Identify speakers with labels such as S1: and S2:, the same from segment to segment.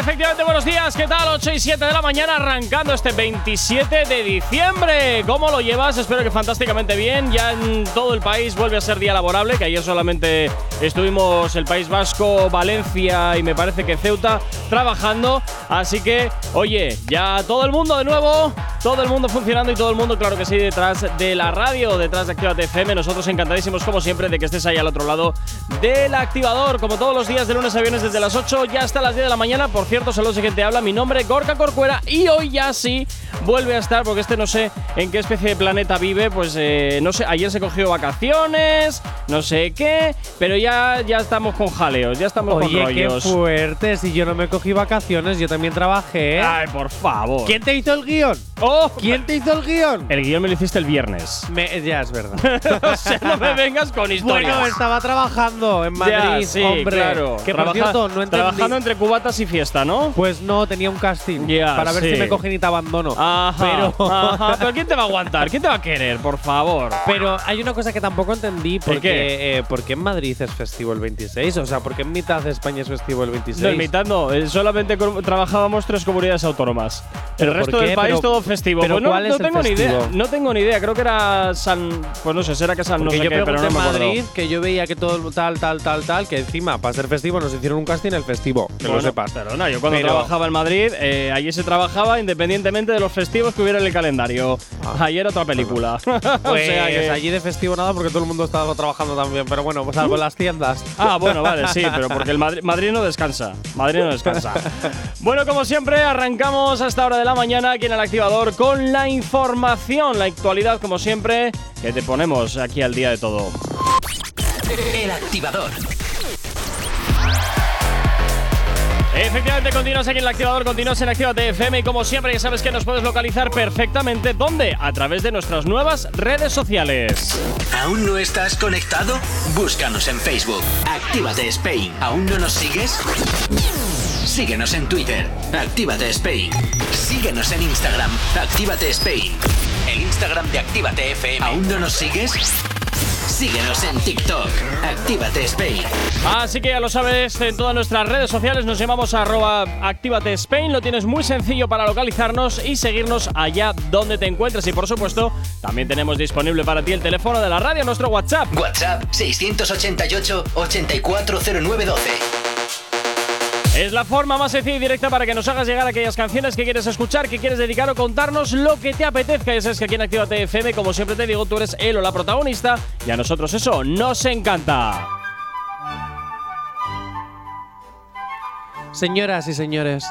S1: Efectivamente, buenos días, ¿qué tal? 8 y 7 de la mañana arrancando este 27 de diciembre. ¿Cómo lo llevas? Espero que fantásticamente bien. Ya en todo el país vuelve a ser día laborable, que ayer solamente estuvimos el País Vasco, Valencia y me parece que Ceuta trabajando. Así que, oye, ya todo el mundo de nuevo, todo el mundo funcionando y todo el mundo, claro que sí, detrás de la radio, detrás de Activa FM. Nosotros encantadísimos, como siempre, de que estés ahí al otro lado del activador, como todos los días de lunes a viernes desde las 8 ya hasta las 10 de la mañana por cierto, saludos y que te habla. Mi nombre es Gorka Corcuera y hoy ya sí vuelve a estar, porque este no sé en qué especie de planeta vive, pues eh, no sé, ayer se cogió vacaciones, no sé qué, pero ya, ya estamos con jaleos, ya estamos con
S2: Oye, qué
S1: rollos.
S2: fuerte. Si yo no me cogí vacaciones, yo también trabajé. ¿eh?
S1: Ay, por favor.
S2: ¿Quién te hizo el guión?
S1: ¡Oh!
S2: ¿Quién te hizo el guión?
S1: El guión me lo hiciste el viernes.
S2: Me- ya es verdad.
S1: o sea, no me vengas con historias.
S2: bueno, estaba trabajando en Madrid,
S1: Ya, sí,
S2: hombre.
S1: claro.
S2: Que por
S1: Trabaja-
S2: cierto, no entendí.
S1: Trabajando entre cubatas y fiesta, ¿no?
S2: Pues no, tenía un casting
S1: Ya,
S2: para ver
S1: sí. Ah.
S2: si me cogen y te abandono.
S1: Ajá,
S2: Pero,
S1: ajá, pero ¿quién te va a aguantar? ¿Quién te va a querer? Por favor.
S2: pero hay una cosa que tampoco entendí porque
S1: qué?
S2: eh, ¿por qué en Madrid es festivo el 26, o sea, porque en mitad de España es festivo el 26.
S1: No, en mitad no, eh, solamente co- trabajábamos tres comunidades autónomas. El
S2: ¿Pero por
S1: resto
S2: qué?
S1: del país
S2: Pero-
S1: todo festivo.
S2: pero
S1: Pues no,
S2: ¿cuál
S1: no
S2: es el
S1: tengo ni
S2: festivo?
S1: idea, no tengo ni idea, creo que era San, pues no sé, será que San no
S2: Porque
S1: sé
S2: yo
S1: qué, pero
S2: pregunté
S1: no
S2: en
S1: me acuerdo.
S2: Madrid que yo veía que todo el tal, tal, tal, tal, que encima para ser festivo nos hicieron un casting el festivo, que lo
S1: Bueno,
S2: sepas.
S1: Perdona, yo cuando
S2: Pero-
S1: trabajaba en Madrid, eh, allí se trabajaba independientemente de los festivos que hubiera en el calendario. Ayer otra película. o
S2: Ah. Pues
S1: sea que-
S2: allí de festivo nada porque todo el mundo estaba trabajando también, pero bueno, pues salvo las tiendas.
S1: Ah, bueno, vale, sí, pero porque el Madrid, Madrid no descansa. Madrid no descansa. Bueno, como siempre, arrancamos a esta hora de la mañana aquí en el activador con la información, la actualidad, como siempre, que te ponemos aquí al día de todo.
S3: El Activador.
S1: Efectivamente, continuas aquí en el activador, continuas en Activa FM y como siempre ya sabes que nos puedes localizar perfectamente. ¿Dónde? A través de nuestras nuevas redes sociales.
S3: ¿Aún no estás conectado? Búscanos en Facebook. Actívate Spain. ¿Aún no nos sigues? Síguenos en Twitter. Actívate Spain. Síguenos en Instagram. Actívate Spain. El Instagram de Actívate FM. ¿Aún no nos sigues? Síguenos en TikTok. Actívate Spain.
S1: Así que ya lo sabes, en todas nuestras redes sociales nos llamamos arroba Actívate Spain. Lo tienes muy sencillo para localizarnos y seguirnos allá donde te encuentres. Y por supuesto, también tenemos disponible para ti el teléfono de la radio, nuestro WhatsApp.
S3: WhatsApp 688 840912.
S1: Es la forma más sencilla y directa para que nos hagas llegar aquellas canciones que quieres escuchar, que quieres dedicar o contarnos lo que te apetezca. Y es que aquí en Actívate FM, como siempre te digo, tú eres él o la protagonista y a nosotros eso nos encanta.
S2: Señoras y señores,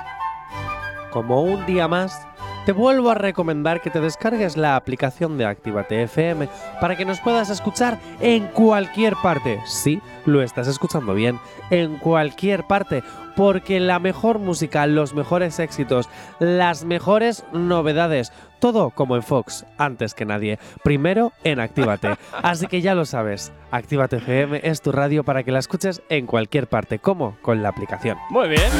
S2: como un día más, te vuelvo a recomendar que te descargues la aplicación de Actívate FM para que nos puedas escuchar en cualquier parte. Sí, lo estás escuchando bien, en cualquier parte, porque la mejor música, los mejores éxitos, las mejores novedades, todo como en Fox, antes que nadie. Primero en Actívate. Así que ya lo sabes, Actívate FM es tu radio para que la escuches en cualquier parte, como con la aplicación.
S1: Muy bien.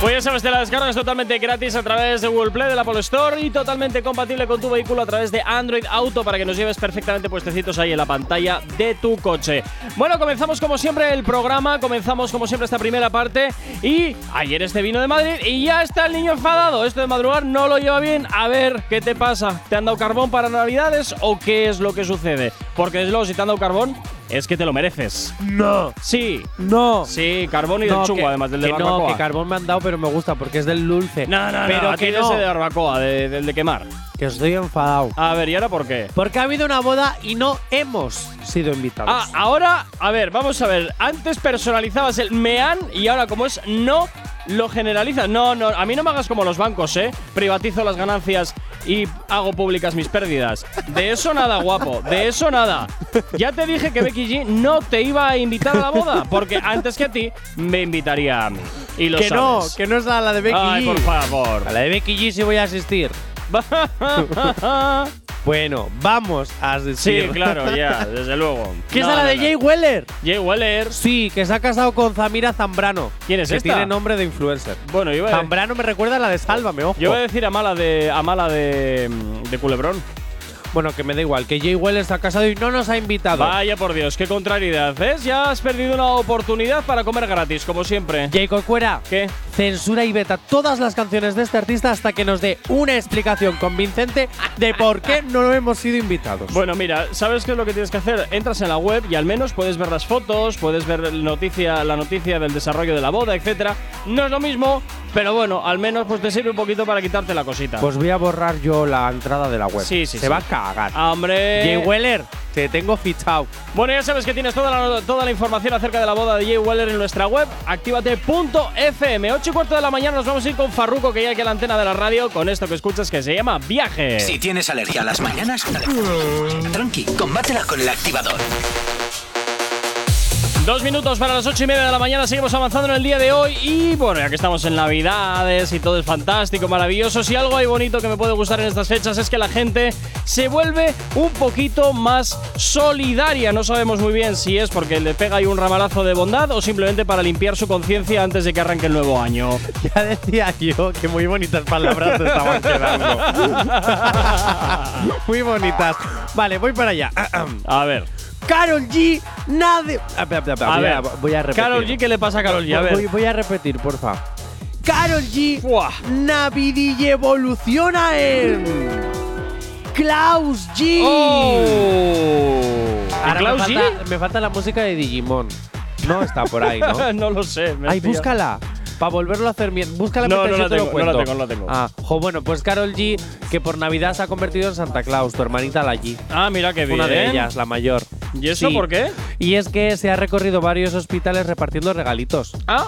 S1: Pues ya sabes, te la descargas totalmente gratis a través de Google Play, de la Apple Store y totalmente compatible con tu vehículo a través de Android Auto para que nos lleves perfectamente puestecitos ahí en la pantalla de tu coche. Bueno, comenzamos como siempre el programa, comenzamos como siempre esta primera parte y ayer este vino de Madrid y ya está el niño enfadado. Esto de madrugar no lo lleva bien. A ver, ¿qué te pasa? ¿Te han dado carbón para Navidades o qué es lo que sucede? Porque desde luego, si te han dado carbón, es que te lo mereces.
S2: No,
S1: Sí,
S2: no.
S1: Sí, carbón y del chungo,
S2: que-
S1: además del de
S2: que
S1: barbacoa.
S2: No, que carbón me han dado, pero me gusta porque es del dulce.
S1: no, no, no,
S2: pero
S1: a ti
S2: que
S1: de
S2: no,
S1: ese de barbacoa, de- del de quemar.
S2: que estoy enfadado.
S1: A ver, ¿y ahora por qué?
S2: Porque ha habido una boda y no hemos sido invitados.
S1: Ah, ahora, a ver, vamos a ver. Antes personalizabas el me han y ahora como es no, lo generalizas. No, no, a mí no me hagas como los bancos, ¿eh? Privatizo las ganancias y hago públicas mis pérdidas. De eso nada, guapo. De eso nada. Ya te dije que Becky G no te iba a invitar a la boda, porque antes que a ti me invitaría a mí. Y lo
S2: que no,
S1: sabes.
S2: que no es a la de Becky
S1: Ay,
S2: G.
S1: por favor.
S2: A la de Becky G sí voy a asistir. Bueno, vamos a
S1: Sí,
S2: decir.
S1: claro, ya, desde luego.
S2: ¿Qué es
S1: No,
S2: la
S1: no,
S2: de
S1: no.
S2: Jay Weller?
S1: Jay Weller.
S2: Sí, que se ha casado con Zamira Zambrano.
S1: ¿Quién es
S2: que
S1: esta?
S2: tiene nombre de influencer.
S1: Bueno, yo iba a,
S2: Zambrano me recuerda a la de Sálvame, ojo.
S1: yo iba a decir a mala de a mala de, de Culebrón.
S2: Bueno, que me da igual, que Jay Weller está casado y no nos ha invitado.
S1: Vaya por Dios, qué contrariedad, ¿ves? Ya has perdido una oportunidad para comer gratis, como siempre.
S2: Jacob Cuera,
S1: ¿Qué?
S2: censura y veta todas las canciones de este artista hasta que nos dé una explicación convincente de por qué no hemos sido invitados.
S1: Bueno, mira, ¿sabes qué es lo que tienes que hacer? Entras en la web y al menos puedes ver las fotos, puedes ver el noticia, la noticia del desarrollo de la boda, etcétera. No es lo mismo, pero bueno, al menos pues te sirve un poquito para quitarte la cosita.
S2: pues voy a borrar yo la entrada de la web.
S1: Sí, sí,
S2: Se
S1: sí.
S2: va a cagar.
S1: Ah, ¡Hombre!
S2: Jay Weller, te tengo fichado.
S1: Bueno, ya sabes que tienes toda la, toda la información acerca de la boda de Jay Weller en nuestra web, activate.fm. 8 y cuarto de la mañana nos vamos a ir con Farruko, que ya aquí a la antena de la radio, con esto que escuchas que se llama Viaje.
S3: Si tienes alergia a las mañanas, tranqui, combátela con el activador.
S1: Dos minutos para las ocho y media de la mañana, seguimos avanzando en el día de hoy y bueno, ya que estamos en Navidades y todo es fantástico, maravilloso, si algo hay bonito que me puede gustar en estas fechas es que la gente se vuelve un poquito más solidaria. No sabemos muy bien si es porque le pega ahí un ramalazo de bondad o simplemente para limpiar su conciencia antes de que arranque el nuevo año.
S2: Ya decía yo que muy bonitas palabras te estaban quedando. muy bonitas. Vale, voy para allá.
S1: A ver,
S2: Carol G, nadie. Ah, espera, espera, espera,
S1: a
S2: voy
S1: ver,
S2: a- voy a repetir.
S1: Carol G, ¿qué le pasa a Carol G? A
S2: Voy,
S1: ver.
S2: voy a repetir, porfa. Carol G.
S1: Buah.
S2: Navidille evoluciona en. Klaus G.
S1: ¡Oh! ¿A
S2: Ahora
S1: Klaus
S2: me, falta,
S1: G?
S2: me falta la música de Digimon. No está por ahí, ¿no?
S1: No lo sé. me
S2: Ay,
S1: has pillado.
S2: búscala. Para volverlo a hacer bien. Búscala
S1: No,
S2: mientras
S1: no
S2: yo
S1: la
S2: te
S1: tengo, no
S2: lo
S1: la
S2: cuento.
S1: tengo, no la tengo.
S2: Ah, jo, bueno, pues Carol G, que por Navidad se ha convertido en Santa Claus, tu hermanita la G.
S1: Ah, mira qué bien.
S2: Una de ellas, la mayor.
S1: ¿Y eso por qué?
S2: Y es que se ha recorrido varios hospitales repartiendo regalitos.
S1: Ah,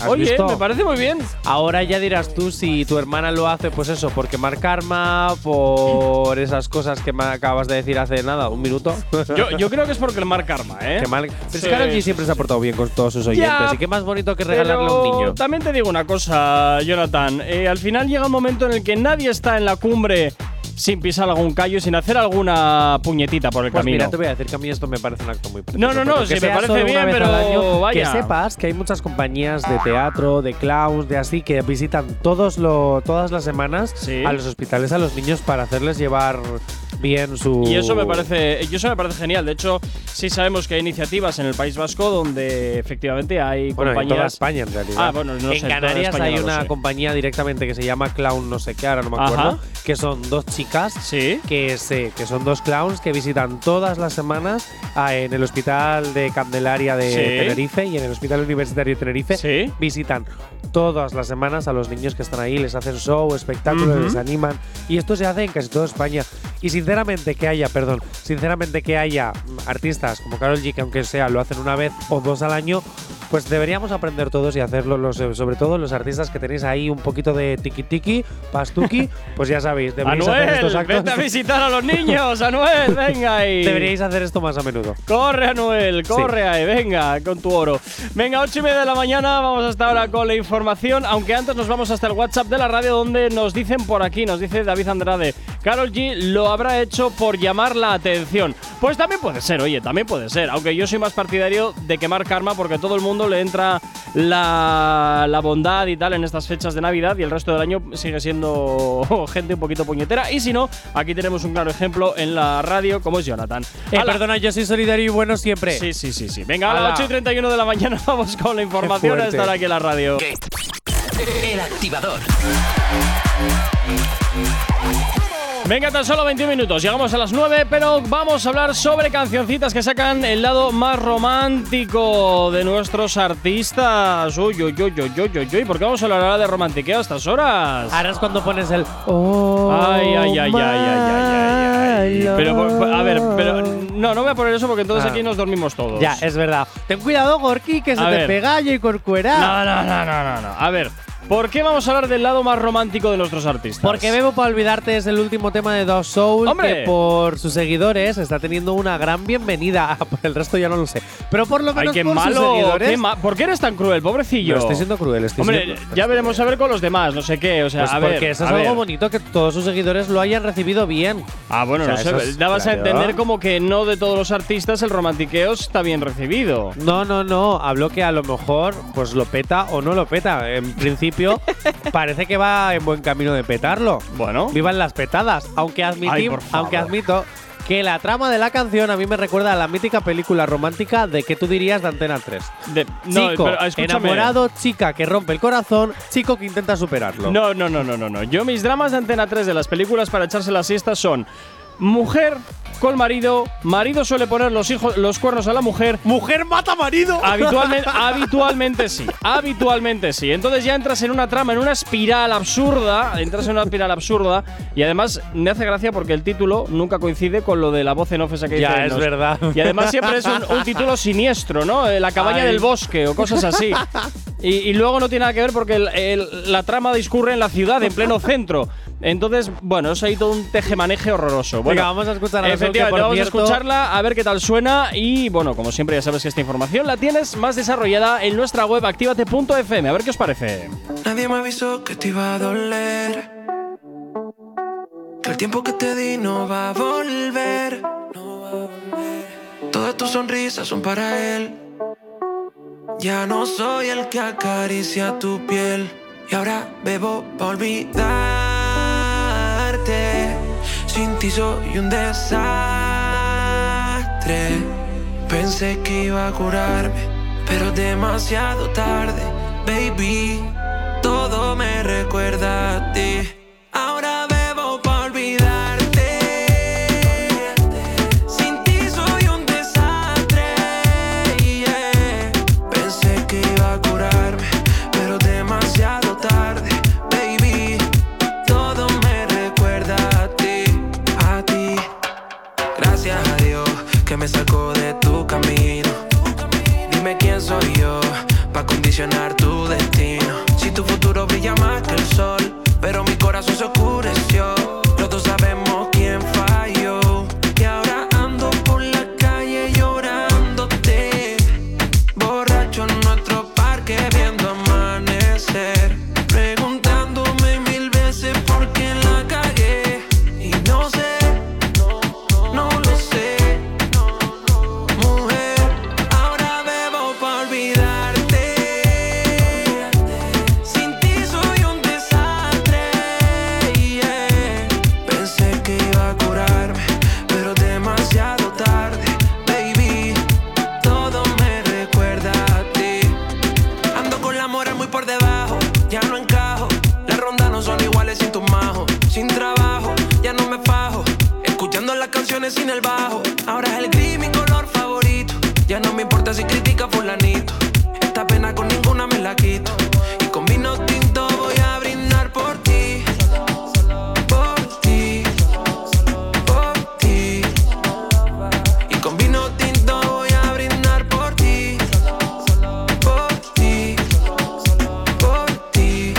S2: ¿Has
S1: Oye,
S2: visto?
S1: me parece muy bien.
S2: Ahora ya dirás tú si tu hermana lo hace, pues eso, por quemar karma, por esas cosas que me acabas de decir hace nada, un minuto.
S1: Yo, yo creo que es por quemar karma, ¿eh?
S2: Quemar- Pero
S1: Sí.
S2: es que Karol G siempre se ha portado bien con todos sus oyentes.
S1: Ya,
S2: y qué más bonito que
S1: Pero
S2: regalarle a un niño.
S1: También te digo una cosa, Jonathan. Eh, al final llega un momento en el que nadie está en la cumbre sin pisar algún callo y sin hacer alguna puñetita por el
S2: Pues
S1: camino.
S2: mira, te voy a decir que a mí esto me parece un acto muy precioso.
S1: No, no, no,
S2: pero
S1: sí,
S2: que
S1: me
S2: sea
S1: parece
S2: solo una
S1: bien,
S2: vez
S1: pero
S2: al año,
S1: vaya.
S2: Que sepas que hay muchas compañías de teatro, de clowns, de así, que visitan todos lo, todas las semanas
S1: Sí.
S2: a los hospitales a los niños para hacerles llevar bien su.
S1: Y eso me parece, y eso me parece genial. De hecho, sí sabemos que hay iniciativas en el País Vasco donde efectivamente hay
S2: Bueno, en toda
S1: compañías.
S2: España en realidad.
S1: Ah, bueno, no sé,
S2: en
S1: en toda
S2: Canarias
S1: España
S2: hay
S1: no lo
S2: una
S1: sé.
S2: compañía directamente que se llama Clown no sé qué, ahora no me acuerdo,
S1: Ajá.
S2: que son dos chicas
S1: sí.
S2: que sé que son dos clowns que visitan todas las semanas ah, en el hospital de Candelaria de
S1: Sí.
S2: Tenerife y en el hospital universitario de Tenerife.
S1: Sí.
S2: Visitan todas las semanas a los niños que están ahí, les hacen show, espectáculos,
S1: Ujú.
S2: les animan. Y esto se hace en casi toda España. Y sinceramente que haya, perdón, sinceramente que haya mm, artistas como Carol G, que aunque sea lo hacen una vez o dos al año, pues deberíamos aprender todos y hacerlo, los, eh, sobre todo los artistas que tenéis ahí un poquito de tiki tiki, pastuki, pues ya sabéis, deberíais hacer estos
S1: Anuel,
S2: actos.
S1: vete a visitar a los niños, Anuel, venga ahí.
S2: Deberíais hacer esto más a menudo.
S1: Corre, Anuel, corre ahí, venga, con tu oro. Venga, 8 y media de la mañana, vamos hasta ahora con la información, aunque antes nos vamos hasta el WhatsApp de la radio donde nos dicen por aquí, nos dice David Andrade, Carol G lo habrá hecho por llamar la atención. Pues también puede ser, oye, también puede ser, aunque yo soy más partidario de quemar karma porque a todo el mundo le entra la, la bondad y tal en estas fechas de Navidad y el resto del año sigue siendo gente un poquito puñetera. Y si no, aquí tenemos un claro ejemplo en la radio como es Jonathan.
S2: Eh,
S1: Ala.
S2: perdona, yo soy solidario y bueno siempre.
S1: Sí, sí, sí, sí. Venga, a
S2: Ala.
S1: las 8 y 31 de la mañana vamos con la información a
S2: fuerte.
S1: estar aquí en la radio.
S3: ¿Qué? El activador.
S1: Venga, tan solo 21 minutos. Llegamos a las 9, pero vamos a hablar sobre cancioncitas que sacan el lado más romántico de nuestros artistas. Uy, uy, uy, uy, uy, uy, uy. ¿Por qué vamos a hablar ahora de romantiqueo a estas horas?
S2: Ahora es cuando pones el. Oh,
S1: Ay, ay, ay, ay, ay, ay, ay, ay.
S2: my
S1: Pero, por- por- a ver, pero
S2: love.
S1: no, no voy a poner eso porque entonces
S2: Ah.
S1: aquí nos dormimos todos.
S2: Ya, es verdad. Ten cuidado, Gorky, que se
S1: A
S2: te
S1: ver.
S2: pega y corcuera.
S1: No, no, no, no, no, no. A ver, ¿Por qué vamos a hablar del lado más romántico de nuestros artistas?
S2: Porque Bebo para olvidarte es el último tema de Dog Soul
S1: ¡Hombre!
S2: que por sus seguidores está teniendo una gran bienvenida. Por el resto ya no lo sé. Pero por lo
S1: Ay,
S2: menos
S1: qué
S2: por sus
S1: malo.
S2: seguidores.
S1: qué ma- ¿Por qué eres tan cruel, pobrecillo?
S2: No, estoy siendo cruel, estoy
S1: Hombre,
S2: siendo-
S1: ya veremos a ver con los demás, no sé qué, o sea,
S2: Pues
S1: a ver.
S2: porque eso es
S1: a ver.
S2: algo bonito que todos sus seguidores lo hayan recibido bien.
S1: Ah, bueno,
S2: O sea,
S1: no
S2: eso
S1: sé,
S2: es-
S1: dabas a
S2: claro.
S1: entender como que no de todos los artistas el romantiqueo está bien recibido.
S2: No, no, no. Habló que a lo mejor pues lo peta o no lo peta. En principio parece que va en buen camino de petarlo.
S1: Bueno.
S2: Vivan las petadas. Aunque, admitim-
S1: Ay, por favor.
S2: aunque admito que la trama de la canción a mí me recuerda a la mítica película romántica de que tú dirías de Antena 3.
S1: de- no,
S2: chico
S1: pero escúchame.
S2: enamorado, chica que rompe el corazón, chico que intenta superarlo.
S1: No, no, no, no, no, no. Yo mis dramas de Antena 3 de las películas para echarse la siesta son mujer con marido, marido suele poner los hijos los cuernos a la mujer.
S2: ¡Mujer mata marido!
S1: Habitualmente, habitualmente sí, habitualmente sí. Entonces ya entras en una trama, en una espiral absurda, entras en una espiral absurda y además me hace gracia porque el título nunca coincide con lo de la voz en off esa que
S2: Ya,
S1: dice,
S2: es
S1: "Nos-
S2: verdad.
S1: Y además siempre es un, un título siniestro, ¿no? Eh, La cabaña
S2: Ay.
S1: del bosque o cosas así. Y, y luego no tiene nada que ver porque el- el- la trama discurre en la ciudad, en pleno centro. Entonces, bueno, es ahí todo un tejemaneje horroroso. Bueno,
S2: Venga, vamos a escuchar a la Sol, que,
S1: Efectivamente,
S2: por
S1: vamos
S2: cierto-
S1: a escucharla, a ver qué tal suena. Y bueno, como siempre, ya sabes que esta información la tienes más desarrollada en nuestra web activate.fm. A ver qué os parece.
S4: Nadie me avisó que te iba a doler. Que el tiempo que te di no va a volver. Todas tus sonrisas son para él. Ya no soy el que acaricia tu piel. Y ahora bebo para olvidarte. Sin ti soy un desastre. Pensé que iba a curarme, pero demasiado tarde, baby. Todo me recuerda a ti. Ahora bebo para olvidarte. Sin ti soy un desastre. yeah. Pensé que iba a curarme, pero demasiado tarde, baby. Todo me recuerda a ti, a ti. Gracias a Dios que me sacó de tu camino. Dime quién soy yo para condicionar tu destino. Si tu futuro brilla más que el sol, pero mi corazón se oscureció. Los dos sabemos quién falló. Y ahora ando por la calle llorándote. Borracho en nuestro parque viendo amanecer. Preguntándome mil veces por qué la cagué. Y no sé, no lo sé mujer. Ahora bebo para olvidarte. Sin ti soy un desastre. yeah. Pensé que iba a curarme, pero demasiado tarde, baby. Todo me recuerda a ti. Ando con la moral muy por debajo, ya no encajo. Las rondas no son iguales sin tus majos. Sin trabajo, ya no me fajo. Escuchando las canciones sin el bajo. Ahora es el gris mi color favorito. Ya no me importa si critica fulanito. Esta pena con ninguna me la quito. Y con vino tinto voy a brindar por ti. Por ti. Por ti. Y con vino tinto voy a brindar por ti por ti, por ti.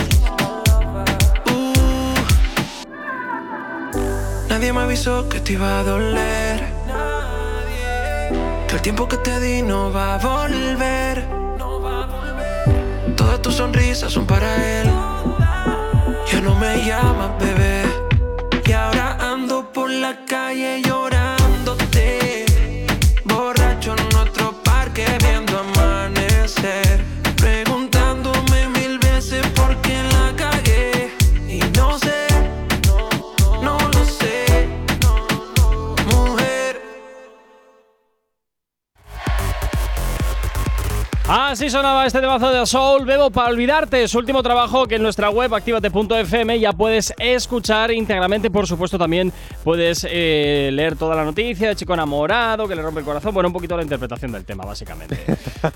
S4: Uh. Nadie me avisó que te iba a doler. Que el tiempo que te di no va a volver. Todas tus sonrisas son para él. Ya no me llamas, bebé. Y ahora ando por la calle llorándote. Borracho en nuestro parque viendo amanecer. Preguntándome mil veces por qué la cagué. Y no sé, no lo sé. Mujer.
S1: Así sonaba este temazo de Soul, Bebo para olvidarte, su último trabajo que en nuestra web activate.fm ya puedes escuchar íntegramente, por supuesto también puedes eh, leer toda la noticia, de chico enamorado, que le rompe el corazón, bueno, un poquito la interpretación del tema básicamente.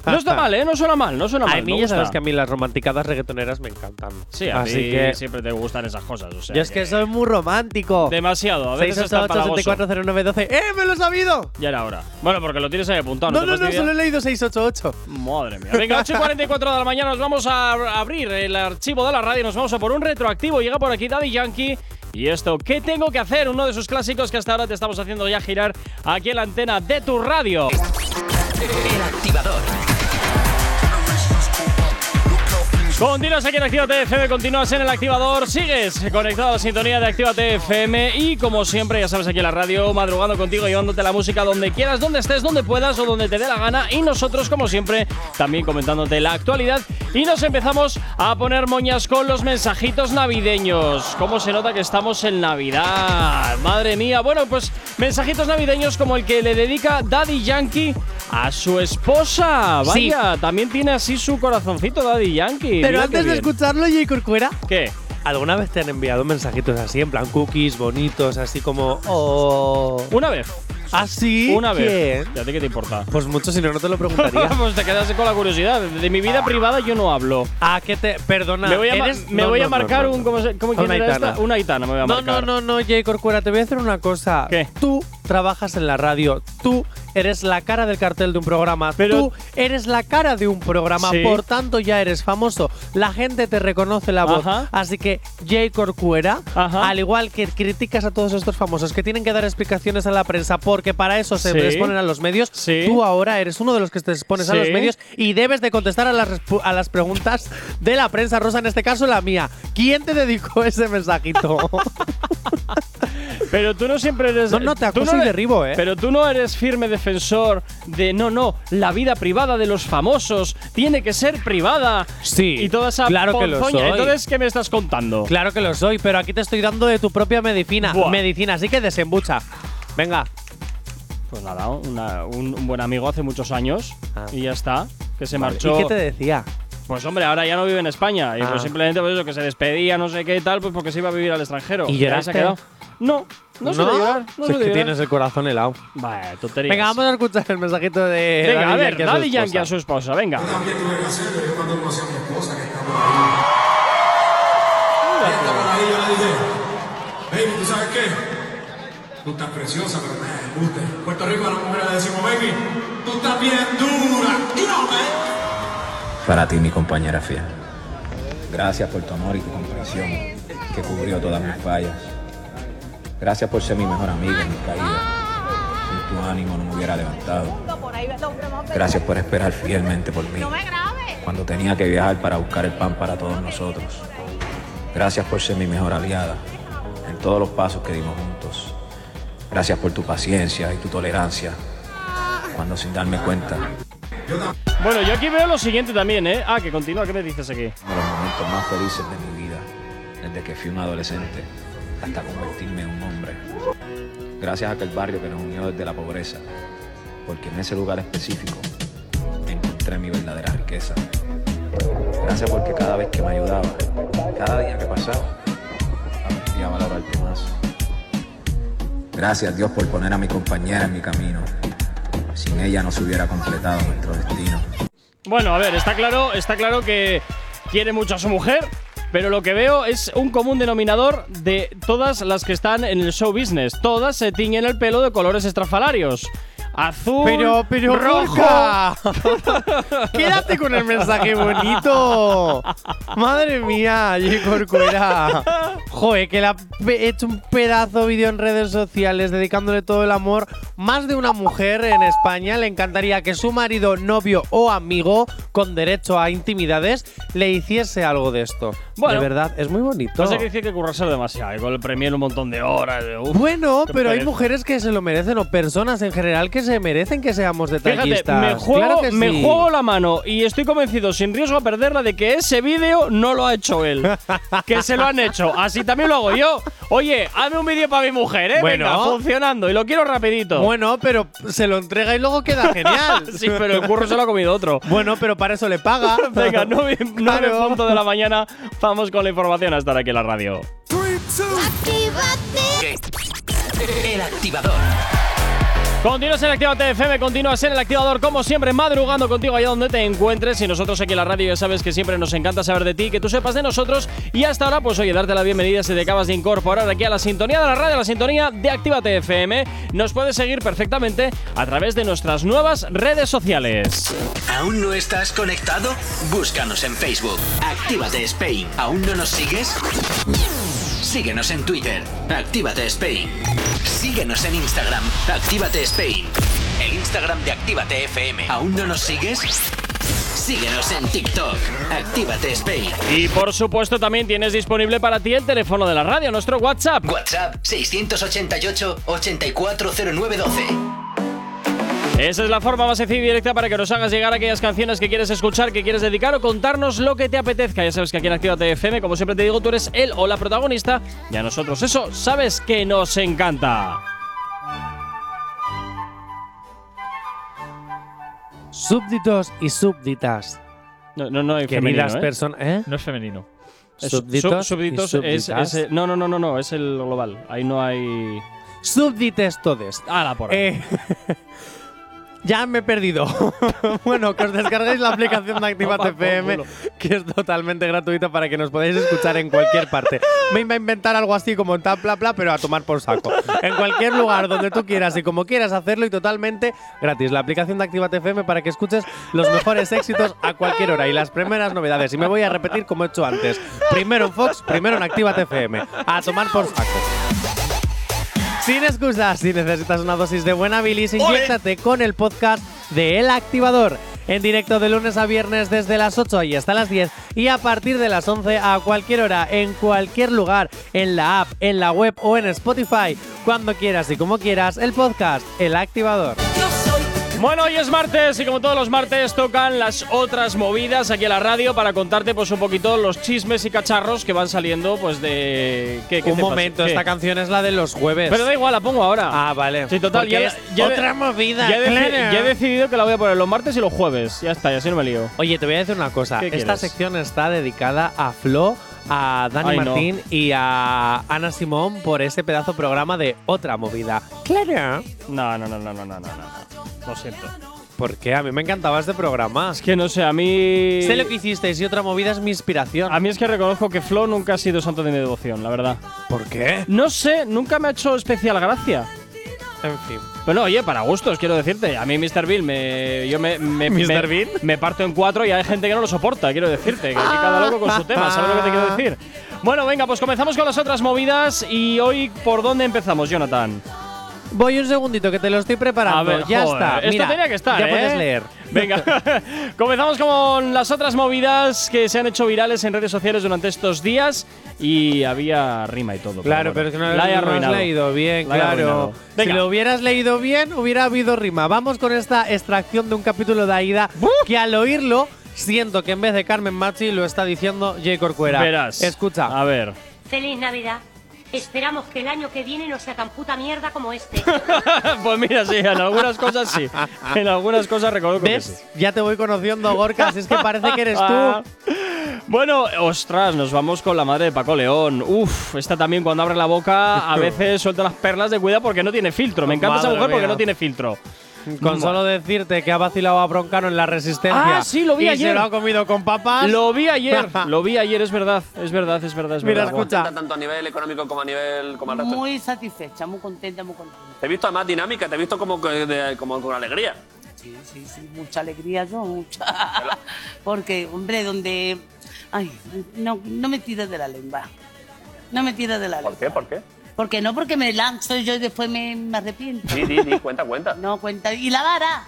S1: no está mal, ¿eh? No suena mal, no suena mal.
S2: A mí
S1: me
S2: ya sabes
S1: gusta.
S2: que a mí las romanticadas reggaetoneras me encantan.
S1: Sí, a
S2: Así
S1: ti
S2: que
S1: siempre te gustan esas cosas, o sea
S2: yo es que soy muy romántico.
S1: Demasiado, a veces hasta
S2: 688
S1: empalagoso.
S2: 640912. ¡Eh, me lo he sabido!
S1: Ya era hora. Bueno, porque lo tienes ahí apuntado.
S2: No,
S1: te
S2: no, no,
S1: fastidia?
S2: solo he leído 688.
S1: Madre Madre mía. Venga, 8 y 44 de la mañana nos vamos a ab- abrir el archivo de la radio. Nos vamos a por un retroactivo. Llega por aquí Daddy Yankee. Y esto, ¿qué tengo que hacer? Uno de sus clásicos que hasta ahora te estamos haciendo ya girar aquí en la antena de tu radio.
S3: El activador.
S1: Continúas aquí en Actívate FM, continúas en el activador, sigues conectado a la sintonía de Actívate FM y como siempre, ya sabes, aquí en la radio, madrugando contigo, llevándote la música donde quieras, donde estés, donde puedas o donde te dé la gana y nosotros, como siempre, también comentándote la actualidad y nos empezamos a poner moñas con los mensajitos navideños. ¿Cómo se nota que estamos en Navidad? Madre mía, bueno, pues mensajitos navideños como el que le dedica Daddy Yankee a su esposa.
S5: Sí.
S1: Vaya, también tiene así su corazoncito Daddy Yankee.
S5: Pero
S1: Mira
S5: antes
S1: qué
S5: de
S1: bien.
S5: escucharlo, J. Corcuera.
S1: ¿Qué?
S2: ¿Alguna vez te han enviado mensajitos así, en plan cookies, bonitos, así como. Oh.
S1: Una vez.
S2: ¿Así?
S1: Una vez.
S2: ¿Quién?
S1: ¿Y a ti qué te importa?
S2: Pues mucho, si no, no te lo preguntaría.
S1: pues te quedas con la curiosidad. De mi vida privada yo no hablo.
S2: ¿A qué Ah, te.? Perdona.
S1: me voy a, ma-
S2: eres-
S1: me
S2: no,
S1: voy
S2: no,
S1: a
S2: no,
S1: marcar
S2: no,
S1: un.
S2: no.
S1: ¿Cómo, se- cómo
S2: Una
S1: quién era
S2: gitana.
S1: esta? Una gitana me voy a
S2: No,
S1: marcar.
S2: no, no, no, Jay Corcuera, te voy a hacer una cosa.
S1: ¿Qué?
S2: Tú trabajas en la radio, tú eres la cara del cartel de un programa,
S1: Pero-
S2: tú eres la cara de un programa,
S1: Sí.
S2: por tanto ya eres famoso, la gente te reconoce la voz.
S1: Ajá.
S2: Así que Jay Corcuera,
S1: Ajá.
S2: al igual que criticas a todos estos famosos que tienen que dar explicaciones a la prensa porque para eso se
S1: Sí.
S2: exponen a los medios,
S1: Sí.
S2: tú ahora eres uno de los que te expones a
S1: Sí.
S2: los medios y debes de contestar a las, respu- a las preguntas de la prensa rosa, en este caso la mía. ¿Quién te dedicó ese mensajito?
S1: Pero tú no siempre eres.
S2: No, no, te
S1: tú
S2: acoso y
S1: eres-
S2: derribo, ¿eh?
S1: Pero tú no eres firme defensor de no, no, la vida privada de los famosos tiene que ser privada.
S2: Sí,
S1: Y toda esa.
S2: claro que lo
S1: ponzoña.
S2: soy.
S1: Entonces, ¿qué me estás contando?
S2: Claro que lo soy, pero aquí te estoy dando de tu propia medicina.
S1: Buah.
S2: Medicina, así que desembucha. Venga.
S1: Pues nada, una- un, un buen amigo hace muchos años
S2: Ah.
S1: y ya está. Que se
S2: Vale,
S1: marchó.
S2: ¿Y qué te decía?
S1: Pues hombre, ahora ya no vive en España. Y
S2: Ah.
S1: pues simplemente por eso que se despedía, no sé qué y tal, pues porque se iba a vivir al extranjero.
S2: ¿Y
S1: ahí se
S2: lloraste?
S1: ha quedado. No, no, suele llorar. No
S2: Si es
S1: suele
S2: que
S1: llorar.
S2: tienes el corazón helado.
S1: Vaya, tonterías.
S2: Venga, vamos a escuchar el mensajito de.
S1: Venga,
S2: Daddy
S1: a ver,
S2: Yankee su
S1: Daddy Yankee
S2: esposa.
S1: a su esposa, venga.
S6: También tuve que hacerlo, yo cuando conocí a mi esposa que está por ahí. Ella está por ahí, yo le dije, baby, ¿tú sabes qué? Tú estás preciosa, pero me gusta. En Puerto Rico a las mujeres le decimos, baby, tú estás bien dura. Yo, ¿eh?
S7: Para ti, mi compañera fiel. Gracias por tu amor y tu comprensión, que cubrió todas mis fallas. Gracias por ser mi mejor amiga en mis caídas. Sin tu ánimo no me hubiera levantado. Gracias por esperar fielmente por mí, cuando tenía que viajar para buscar el pan para todos nosotros. Gracias por ser mi mejor aliada en todos los pasos que dimos juntos. Gracias por tu paciencia y tu tolerancia, cuando sin darme cuenta
S1: Bueno, yo aquí veo lo siguiente también, ¿eh? Ah, que continúa, ¿qué me dices aquí?
S7: uno de los momentos más felices de mi vida, desde que fui un adolescente hasta convertirme en un hombre. Gracias a aquel barrio que nos unió desde la pobreza, porque en ese lugar específico encontré mi verdadera riqueza. Gracias porque cada vez que me ayudaba, cada día que pasaba, aprendí a valorarte más. Gracias Dios por poner a mi compañera en mi camino. Sin ella no se hubiera completado nuestro destino.
S1: Bueno, a ver, está claro, está claro que quiere mucho a su mujer, pero lo que veo es un común denominador de todas las que están en el show business. Todas se tiñen el pelo de colores estrafalarios. Azul,
S2: Pero, pero,
S1: rojo.
S2: Gorka. Quédate con el mensaje bonito. Madre mía, J. Corcuera. Joder, que le ha pe- hecho un pedazo de vídeo en redes sociales dedicándole todo el amor. Más de una mujer en España le encantaría que su marido, novio o amigo con derecho a intimidades le hiciese algo de esto.
S1: Bueno.
S2: de verdad, es muy bonito.
S1: No sé qué dice que currarse demasiado, y con el premier un montón de horas. de- uf.
S2: Bueno,
S1: Qué
S2: pero hay
S1: pereza.
S2: mujeres que se lo merecen o personas en general que se merecen que seamos detallistas.
S1: Fíjate, me juego,
S2: Claro que
S1: me
S2: sí.
S1: juego la mano y estoy convencido, sin riesgo a perderla, de que ese vídeo no lo ha hecho él. que se lo han hecho. Así también lo hago yo. Oye, hazme un vídeo para mi mujer, ¿eh?
S2: Bueno.
S1: Venga, funcionando. Y lo quiero rapidito.
S2: Bueno, pero se lo entrega y luego queda genial.
S1: sí, pero el curro se lo ha comido otro.
S2: Bueno, pero para eso le paga.
S1: Venga, 9,
S2: Claro.
S1: punto de la mañana. Vamos con la información a estar aquí en la radio.
S3: El activador.
S1: Continúas en Actívate FM, continúas en el activador, como siempre, madrugando contigo allá donde te encuentres. Y nosotros aquí en la radio ya sabes que siempre nos encanta saber de ti, que tú sepas de nosotros. Y hasta ahora, pues oye, darte la bienvenida si te acabas de incorporar aquí a la sintonía de la radio, a la sintonía de Actívate FM. Nos puedes seguir perfectamente a través de nuestras nuevas redes sociales.
S3: ¿Aún no estás conectado? Búscanos en Facebook. Actívate Spain. ¿Aún no nos sigues? Síguenos en Twitter. Actívate Spain. Síguenos en Instagram. Actívate Spain. El Instagram de Actívate FM. ¿Aún no nos sigues? Síguenos en TikTok. Actívate Spain.
S1: Y por supuesto, también tienes disponible para ti el teléfono de la radio, nuestro WhatsApp.
S3: WhatsApp 688 840912.
S1: Esa es la forma más sencilla y directa para que nos hagas llegar aquellas canciones que quieres escuchar, que quieres dedicar o contarnos lo que te apetezca. Ya sabes que aquí en Actívate FM, como siempre te digo, tú eres el o la protagonista y a nosotros eso sabes que nos encanta.
S2: Súbditos y súbditas,
S1: No, no, no hay
S2: queridas
S1: femenino, ¿eh?
S2: personas. ¿eh?
S5: No es femenino.
S1: Es-
S2: Súbditos
S1: sub- súbditos
S2: y
S1: es,
S2: súbditas.
S1: es- no, no, no, no, no, es el global. Ahí no hay...
S2: Súbdites todes.
S1: ¡Hala, por ahí!
S2: Eh, ya me he perdido. bueno, que os descarguéis la aplicación de
S1: Toma
S2: Activate
S1: por
S2: FM,
S1: culo.
S2: que es totalmente gratuita para que nos podáis escuchar en cualquier parte. Me iba a inventar algo así como en tal, bla, bla, pero a tomar por saco. En cualquier lugar, donde tú quieras y como quieras hacerlo y totalmente gratis. La aplicación de Activate FM para que escuches los mejores éxitos a cualquier hora y las primeras novedades. Y me voy a repetir como he hecho antes. Primero en Fox, primero en Activate FM. A tomar por saco. Sin excusas, si necesitas una dosis de buena bilis, inyéctate con el podcast de El Activador. En directo de lunes a viernes desde las 8 y hasta las 10 y a partir de las 11 a cualquier hora, en cualquier lugar, en la app, en la web o en Spotify, cuando quieras y como quieras, el podcast El Activador.
S1: Bueno, hoy es martes y como todos los martes tocan las otras movidas aquí en la radio para contarte pues un poquito los chismes y cacharros que van saliendo pues de... ¿Qué- qué
S2: Un
S1: te pasa?
S2: momento,
S1: ¿Qué?
S2: esta canción es la de los jueves.
S1: Pero da igual, la pongo ahora.
S2: ah, vale.
S1: Sí, total,
S2: Porque
S1: ya,
S2: es
S1: ya-
S2: otra movida.
S1: ya he, deci-
S2: claro.
S1: ya he decidido que la voy a poner los martes y los jueves. Ya está, ya así no me lío.
S2: Oye, te voy a decir una cosa.
S1: ¿Qué
S2: Esta
S1: quieres?
S2: sección está dedicada a Flo, a Dani
S1: Ay, no.
S2: Martín y a Ana Simón por ese pedazo de programa de Otra Movida. Claro.
S1: No, no, no, no, no, no, no, no. Lo siento.
S2: Porque a mí me encantaba este programa.
S1: Es que no sé, a mí.
S2: Sé lo que hicisteis y Otra Movida es mi inspiración.
S1: A mí es que reconozco que Flo nunca ha sido santo de mi devoción, la verdad.
S2: ¿Por qué?
S1: No sé, nunca me ha hecho especial gracia.
S2: En fin.
S1: Bueno, oye, para gustos, quiero decirte. A mí Mr. Bill me. Yo me. me
S2: ¿Mr.
S1: me-
S2: Bill?
S1: Me parto en cuatro y hay gente que no lo soporta, quiero decirte. Que aquí cada loco con su tema, ¿sabes lo que te quiero decir? Bueno, venga, pues comenzamos con las otras movidas y hoy, ¿por dónde empezamos, Jonathan?
S2: Voy un segundito que te lo estoy preparando.
S1: A ver,
S2: ya
S1: joder,
S2: está.
S1: Esto
S2: Mira,
S1: tenía que estar,
S2: Ya
S1: ¿eh?
S2: puedes leer.
S1: Venga, comenzamos con las otras movidas que se han hecho virales en redes sociales durante estos días y había rima y todo.
S2: Claro,
S1: bueno,
S2: pero es que no,
S1: la he
S2: no lo has
S1: arruinado.
S2: leído bien,
S1: La he
S2: claro.
S1: arruinado.
S2: Si
S1: Venga.
S2: lo hubieras leído bien, hubiera habido rima. Vamos con esta extracción de un capítulo de Aida que al oírlo, siento que en vez de Carmen Machi lo está diciendo J. Corcuera.
S1: Verás.
S2: Escucha.
S1: A ver.
S8: Feliz Navidad. Esperamos que el año que viene no sea tan puta mierda como este.
S1: pues mira, sí, en algunas cosas sí. En algunas cosas reconozco que sí.
S2: ¿Ves? Ya te voy conociendo, Gorka, así es que parece que eres
S1: Ah.
S2: tú.
S1: Bueno, ostras, nos vamos con la madre de Paco León. Uf, esta también cuando abre la boca a veces suelta las perlas de cuida porque no tiene filtro. Me encanta esa
S2: Madre
S1: mujer porque
S2: mía.
S1: no tiene filtro.
S2: Con solo decirte que ha vacilado a Broncano en la resistencia.
S1: Ah, sí, lo vi
S2: y
S1: ayer.
S2: se lo ha comido con papas.
S1: Lo vi ayer, lo vi ayer, es verdad, es verdad, es verdad, es
S2: Mira,
S1: verdad.
S2: escucha.
S9: tanto a nivel económico como a nivel como al resto.
S10: Muy satisfecha, muy contenta, muy contenta.
S9: Te he visto además dinámica, te he visto como, que de- como con alegría.
S10: Sí, sí, sí, mucha alegría yo, mucha. Porque, hombre, donde. Ay, no, no me tires de la lengua. No me tires de la
S9: ¿Por
S10: lengua.
S9: qué? ¿Por qué?
S10: Porque no, porque me lanzo yo y después me, me arrepiento.
S9: Sí, di, di, cuenta, cuenta.
S10: No cuenta. ¿Y la vara?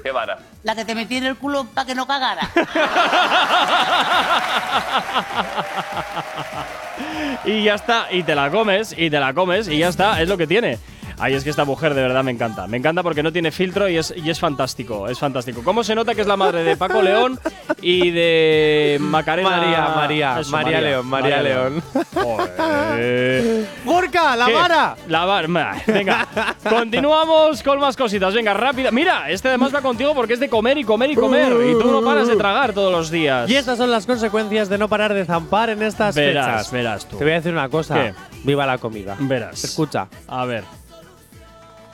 S9: Qué vara.
S10: La que te metí en el culo para que no cagara.
S1: Y ya está, y te la comes, y te la comes, y ya está, es lo que tiene. Ay, es que esta mujer de verdad me encanta. Me encanta porque no tiene filtro y es, y es fantástico, es fantástico. ¿Cómo se nota que es la madre de Paco León y de Macarena?
S2: María, María, María León, María León.
S1: Joder.
S2: ¡Gorka, la
S1: ¿Qué?
S2: vara!
S1: La vara. ma- Venga, continuamos con más cositas. Venga, rápida. Mira, este además va contigo porque es de comer y comer y comer. Y tú no paras de tragar todos los días.
S2: Uh. Y estas son las consecuencias de no parar de zampar en estas
S1: Verás,
S2: fechas.
S1: verás tú.
S2: Te voy a decir una cosa.
S1: ¿Qué?
S2: Viva la comida.
S1: Verás.
S2: Escucha.
S1: A ver.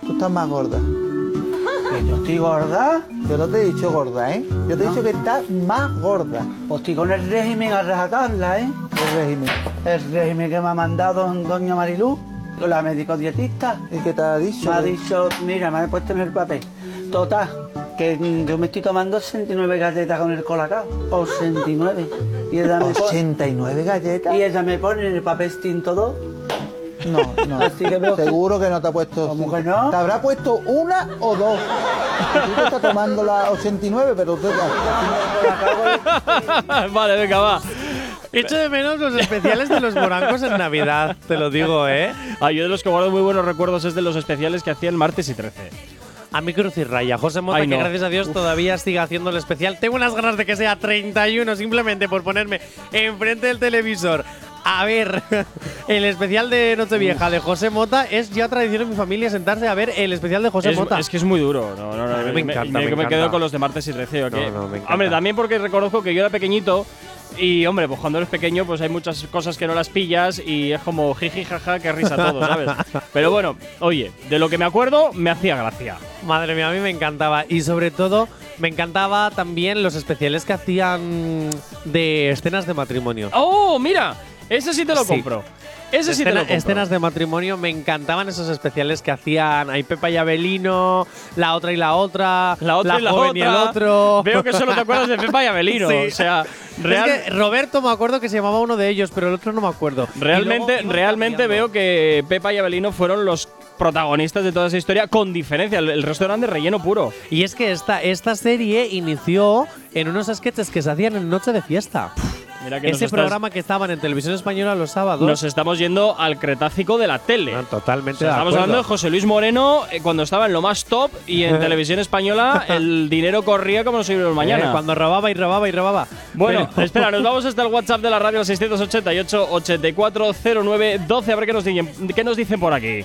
S11: Tú estás más gorda.
S5: Que yo estoy gorda, yo no te he dicho gorda, ¿eh? Yo te he dicho que estás más gorda. Pues estoy con el régimen a rajatabla, ¿eh? El régimen. El régimen que me ha mandado doña Marilú, la médico dietista. ¿Y qué te ha dicho? Me ha dicho, mira, me ha puesto en el papel. Total, que mm, yo me estoy tomando 69 galletas con el colacao. 69. Y ella me pone-
S11: 89 galletas.
S5: Y ella me pone en el papel tinto 2.
S11: No, no.
S5: Así que veo-
S11: Seguro que no te ha puesto. ¿Cómo que no? Te habrá puesto una o dos. Tú te estás tomando la 89, pero tú.
S1: vale, venga, va.
S2: Echo de menos los especiales de los morancos en Navidad, te lo digo, ¿eh?
S1: Ah, yo de los que guardo muy buenos recuerdos es de los especiales que hacían martes y 13.
S2: A mí cruz y raya. José Mota,
S1: Ay, no.
S2: que gracias a Dios
S1: Uf.
S2: todavía sigue haciendo el especial. Tengo unas ganas de que sea 31, simplemente por ponerme enfrente del televisor. A ver, el especial de Nochevieja de José Mota es ya tradición en mi familia sentarse a ver el especial de José
S1: es,
S2: Mota.
S1: es que es muy duro. No, no, no,
S2: A mí me encanta, me
S1: yo
S2: encanta.
S1: quedo con los de martes y 13. ¿o qué?
S2: No, no, me encanta.
S1: hombre, también porque reconozco que yo era pequeñito y, hombre, pues cuando eres pequeño, pues hay muchas cosas que no las pillas y es como jiji, jaja, que risa todo, ¿sabes? Pero bueno, oye, de lo que me acuerdo, me hacía gracia.
S2: Madre mía, a mí me encantaba. Y sobre todo, me encantaba también los especiales que hacían de escenas de matrimonio.
S1: ¡Oh, mira! Ese sí te lo
S2: Sí.
S1: compro. Ese sí te Este lo
S2: Escena-
S1: compro.
S2: Escenas de matrimonio, me encantaban esos especiales que hacían. Hay Pepa y Abelino, la otra y la otra,
S1: La otra y la
S2: joven
S1: otra.
S2: y el otro.
S1: Veo que solo te acuerdas de Pepa y Abelino.
S2: Sí.
S1: O sea,
S2: Es
S1: real-
S2: que Roberto me acuerdo que se llamaba uno de ellos, pero el otro no me acuerdo.
S1: realmente,
S2: Y luego-
S1: realmente veo que Pepa y Abelino fueron los protagonistas de toda esa historia, con diferencia. El, el resto eran de relleno puro.
S2: Y es que esta, esta serie inició en unos sketches que se hacían en Noche de Fiesta.
S1: Mira que nos
S2: Ese
S1: estás-
S2: programa que estaban en televisión española los sábados. eh,
S1: Nos estamos yendo al Cretácico de la tele. O
S2: Ah, totalmente
S1: sea,
S2: de
S1: estamos
S2: acuerdo.
S1: hablando de José Luis Moreno eh, cuando estaba en lo más top y en televisión española el dinero corría como los libros mañana.
S2: Eh, cuando robaba y robaba y robaba.
S1: Bueno,
S2: Pero-
S1: espera, nos vamos hasta el WhatsApp de la radio al 688 8409 12 a ver qué nos dicen, qué nos dicen por aquí.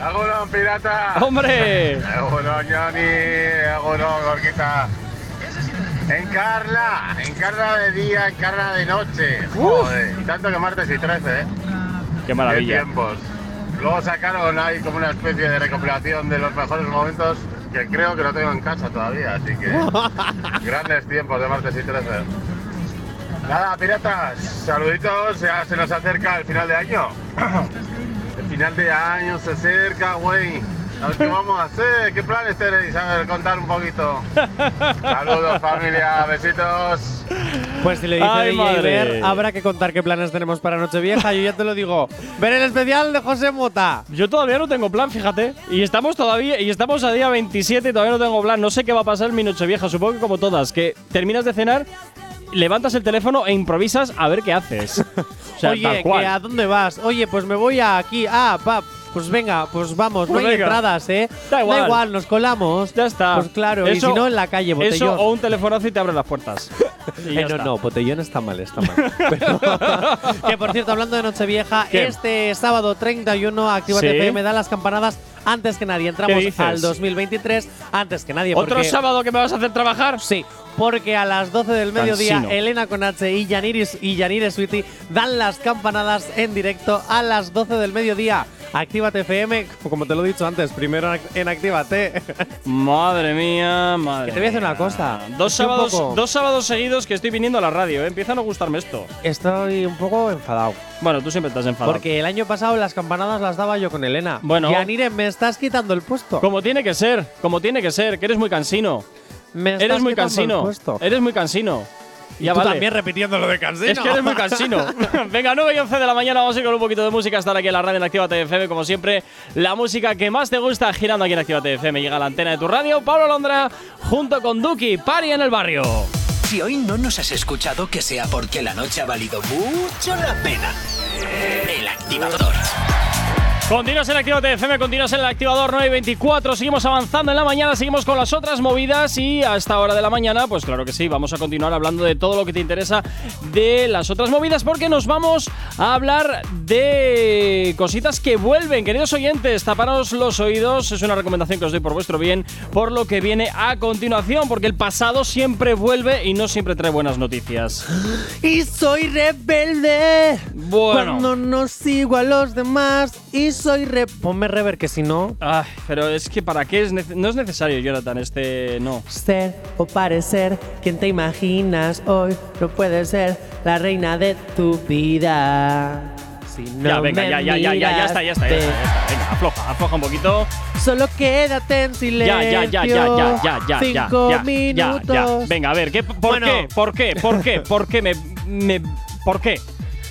S12: ¡Agono, pirata!
S7: Ah.
S1: ¡Hombre!
S12: ¡Agono, Johnny! ¡Agono, Gorguita! Encarna, encarna de día, encarna de noche. Joder, tanto que martes y 13, ¿eh?
S1: Qué maravilla.
S12: Qué tiempos. Luego sacaron ahí como una especie de recopilación de los mejores momentos que creo que no tengo en casa todavía, así que grandes tiempos de martes y 13. Nada, piratas, saluditos, ya se nos acerca el final de año. El final de año se acerca, güey. A ver qué vamos a hacer, qué planes tenéis, a ver, contar un poquito. Saludos familia, besitos.
S2: Pues si le dice
S12: Ay,
S2: DJ
S12: madre.
S2: Ver, habrá que contar qué planes tenemos para Nochevieja. Yo ya te lo digo. Ver el especial de José Mota.
S1: Yo todavía no tengo plan, fíjate. Y estamos todavía, y estamos a día 27 y todavía no tengo plan. No sé qué va a pasar en mi noche vieja, supongo que como todas, que terminas de cenar, levantas el teléfono e improvisas a ver qué haces. O sea,
S2: Oye,
S1: tal cual.
S2: ¿que ¿a dónde vas? Oye, pues me voy a aquí. Ah, pap. Pues venga, pues vamos.
S1: Pues
S2: no hay
S1: venga.
S2: entradas, ¿eh?
S1: Da igual.
S2: nos colamos. Ya
S1: está.
S2: Pues claro, y si no, en la calle, botellón.
S1: Eso o un telefonazo y te abren las puertas. Y ya
S2: Eh, no,
S1: está.
S2: no, botellón está mal, está mal. Pero- que por cierto, hablando de Nochevieja,
S1: ¿Qué?
S2: este sábado 31, Actívate
S1: ¿Sí?
S2: FM da las campanadas antes que nadie.
S1: ¿Qué
S2: Entramos
S1: dices?
S2: al 2023 antes que nadie.
S1: ¿Otro
S2: porque-
S1: sábado que me vas a hacer trabajar?
S2: Sí. Porque a las 12 del mediodía,
S1: Cansino.
S2: Elena Conache y Yaniris y Yanire Sweetie dan las campanadas en directo a las 12 del mediodía. Actívate FM, como te lo he dicho antes, primero en Actívate.
S1: Madre mía, madre.
S2: Que te voy a hacer una cosa.
S1: Dos
S2: Estoy un
S1: sábados,
S2: poco-
S1: dos sábados seguidos que estoy viniendo a la radio, ¿eh? empieza a no gustarme esto.
S2: Estoy un poco enfadado.
S1: Bueno, tú siempre estás enfadado.
S2: Porque el año pasado las campanadas las daba yo con Elena.
S1: Bueno.
S2: Yanire, me estás quitando el puesto.
S1: Como tiene que ser, como tiene que ser, que eres muy cansino.
S2: Me estás
S1: eres muy
S2: quitando el
S1: cansino.
S2: puesto.
S1: Eres muy cansino.
S2: Y
S1: Ya
S2: tú
S1: vale.
S2: también repitiendo lo de cansino.
S1: Es que eres muy cansino. Venga, 9 y 11 de la mañana, vamos a ir con un poquito de música. Estar aquí en la radio en Activa TFM, como siempre. La música que más te gusta girando aquí en Activa TFM. Llega a la antena de tu radio, Pablo Londra, junto con Duki, Party en el barrio.
S3: Si hoy no nos has escuchado, que sea porque la noche ha valido mucho la pena. El activador.
S1: Continuas en Activa TFM, continuas en el activador 9 y 24. Seguimos avanzando en la mañana, seguimos con las otras movidas y a esta hora de la mañana, pues claro que sí, vamos a continuar hablando de todo lo que te interesa de las otras movidas porque nos vamos a hablar de cositas que vuelven. Queridos oyentes, taparos los oídos, es una recomendación que os doy por vuestro bien, por lo que viene a continuación, porque el pasado siempre vuelve y no siempre trae buenas noticias.
S2: Y soy rebelde.
S1: Bueno.
S2: Cuando no sigo a los demás. Y soy re. Ponme rever, que si no.
S1: Ay, pero es que para qué es nece- no es necesario, Jonathan, este no.
S2: Ser o parecer quien te imaginas hoy no puede ser la reina de tu vida. Si no
S1: ya, venga,
S2: me
S1: ya, ya, ya, ya, ya está, ya está, ya está,
S2: miraste.
S1: eh. ya está. Venga, afloja, afloja un poquito.
S2: Solo quédate en
S1: Ya,
S2: silencio.
S1: ya, ya, ya, ya, ya, ya, ya,
S2: Cinco
S1: ya, ya,
S2: minutos.
S1: ya. Venga, a ver, ¿qué, ¿por
S2: Bueno.
S1: qué? ¿Por qué? ¿Por qué? ¿Por qué me, me por qué?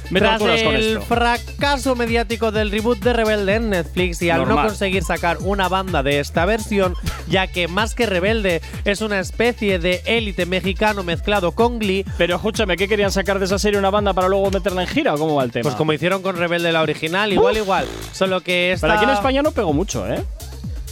S1: Me
S2: Tras
S1: torturas con
S2: el
S1: esto.
S2: fracaso mediático del reboot de Rebelde en Netflix y al no
S1: Normal.
S2: conseguir sacar una banda de esta versión, ya que más que Rebelde es una especie de élite mexicano mezclado con Glee.
S1: Pero escúchame, ¿qué querían sacar de esa serie una banda para luego meterla en gira o cómo va el tema?
S2: Pues como hicieron con Rebelde la original, igual, igual. Solo que esta…
S1: Pero aquí en España no pegó mucho, ¿eh?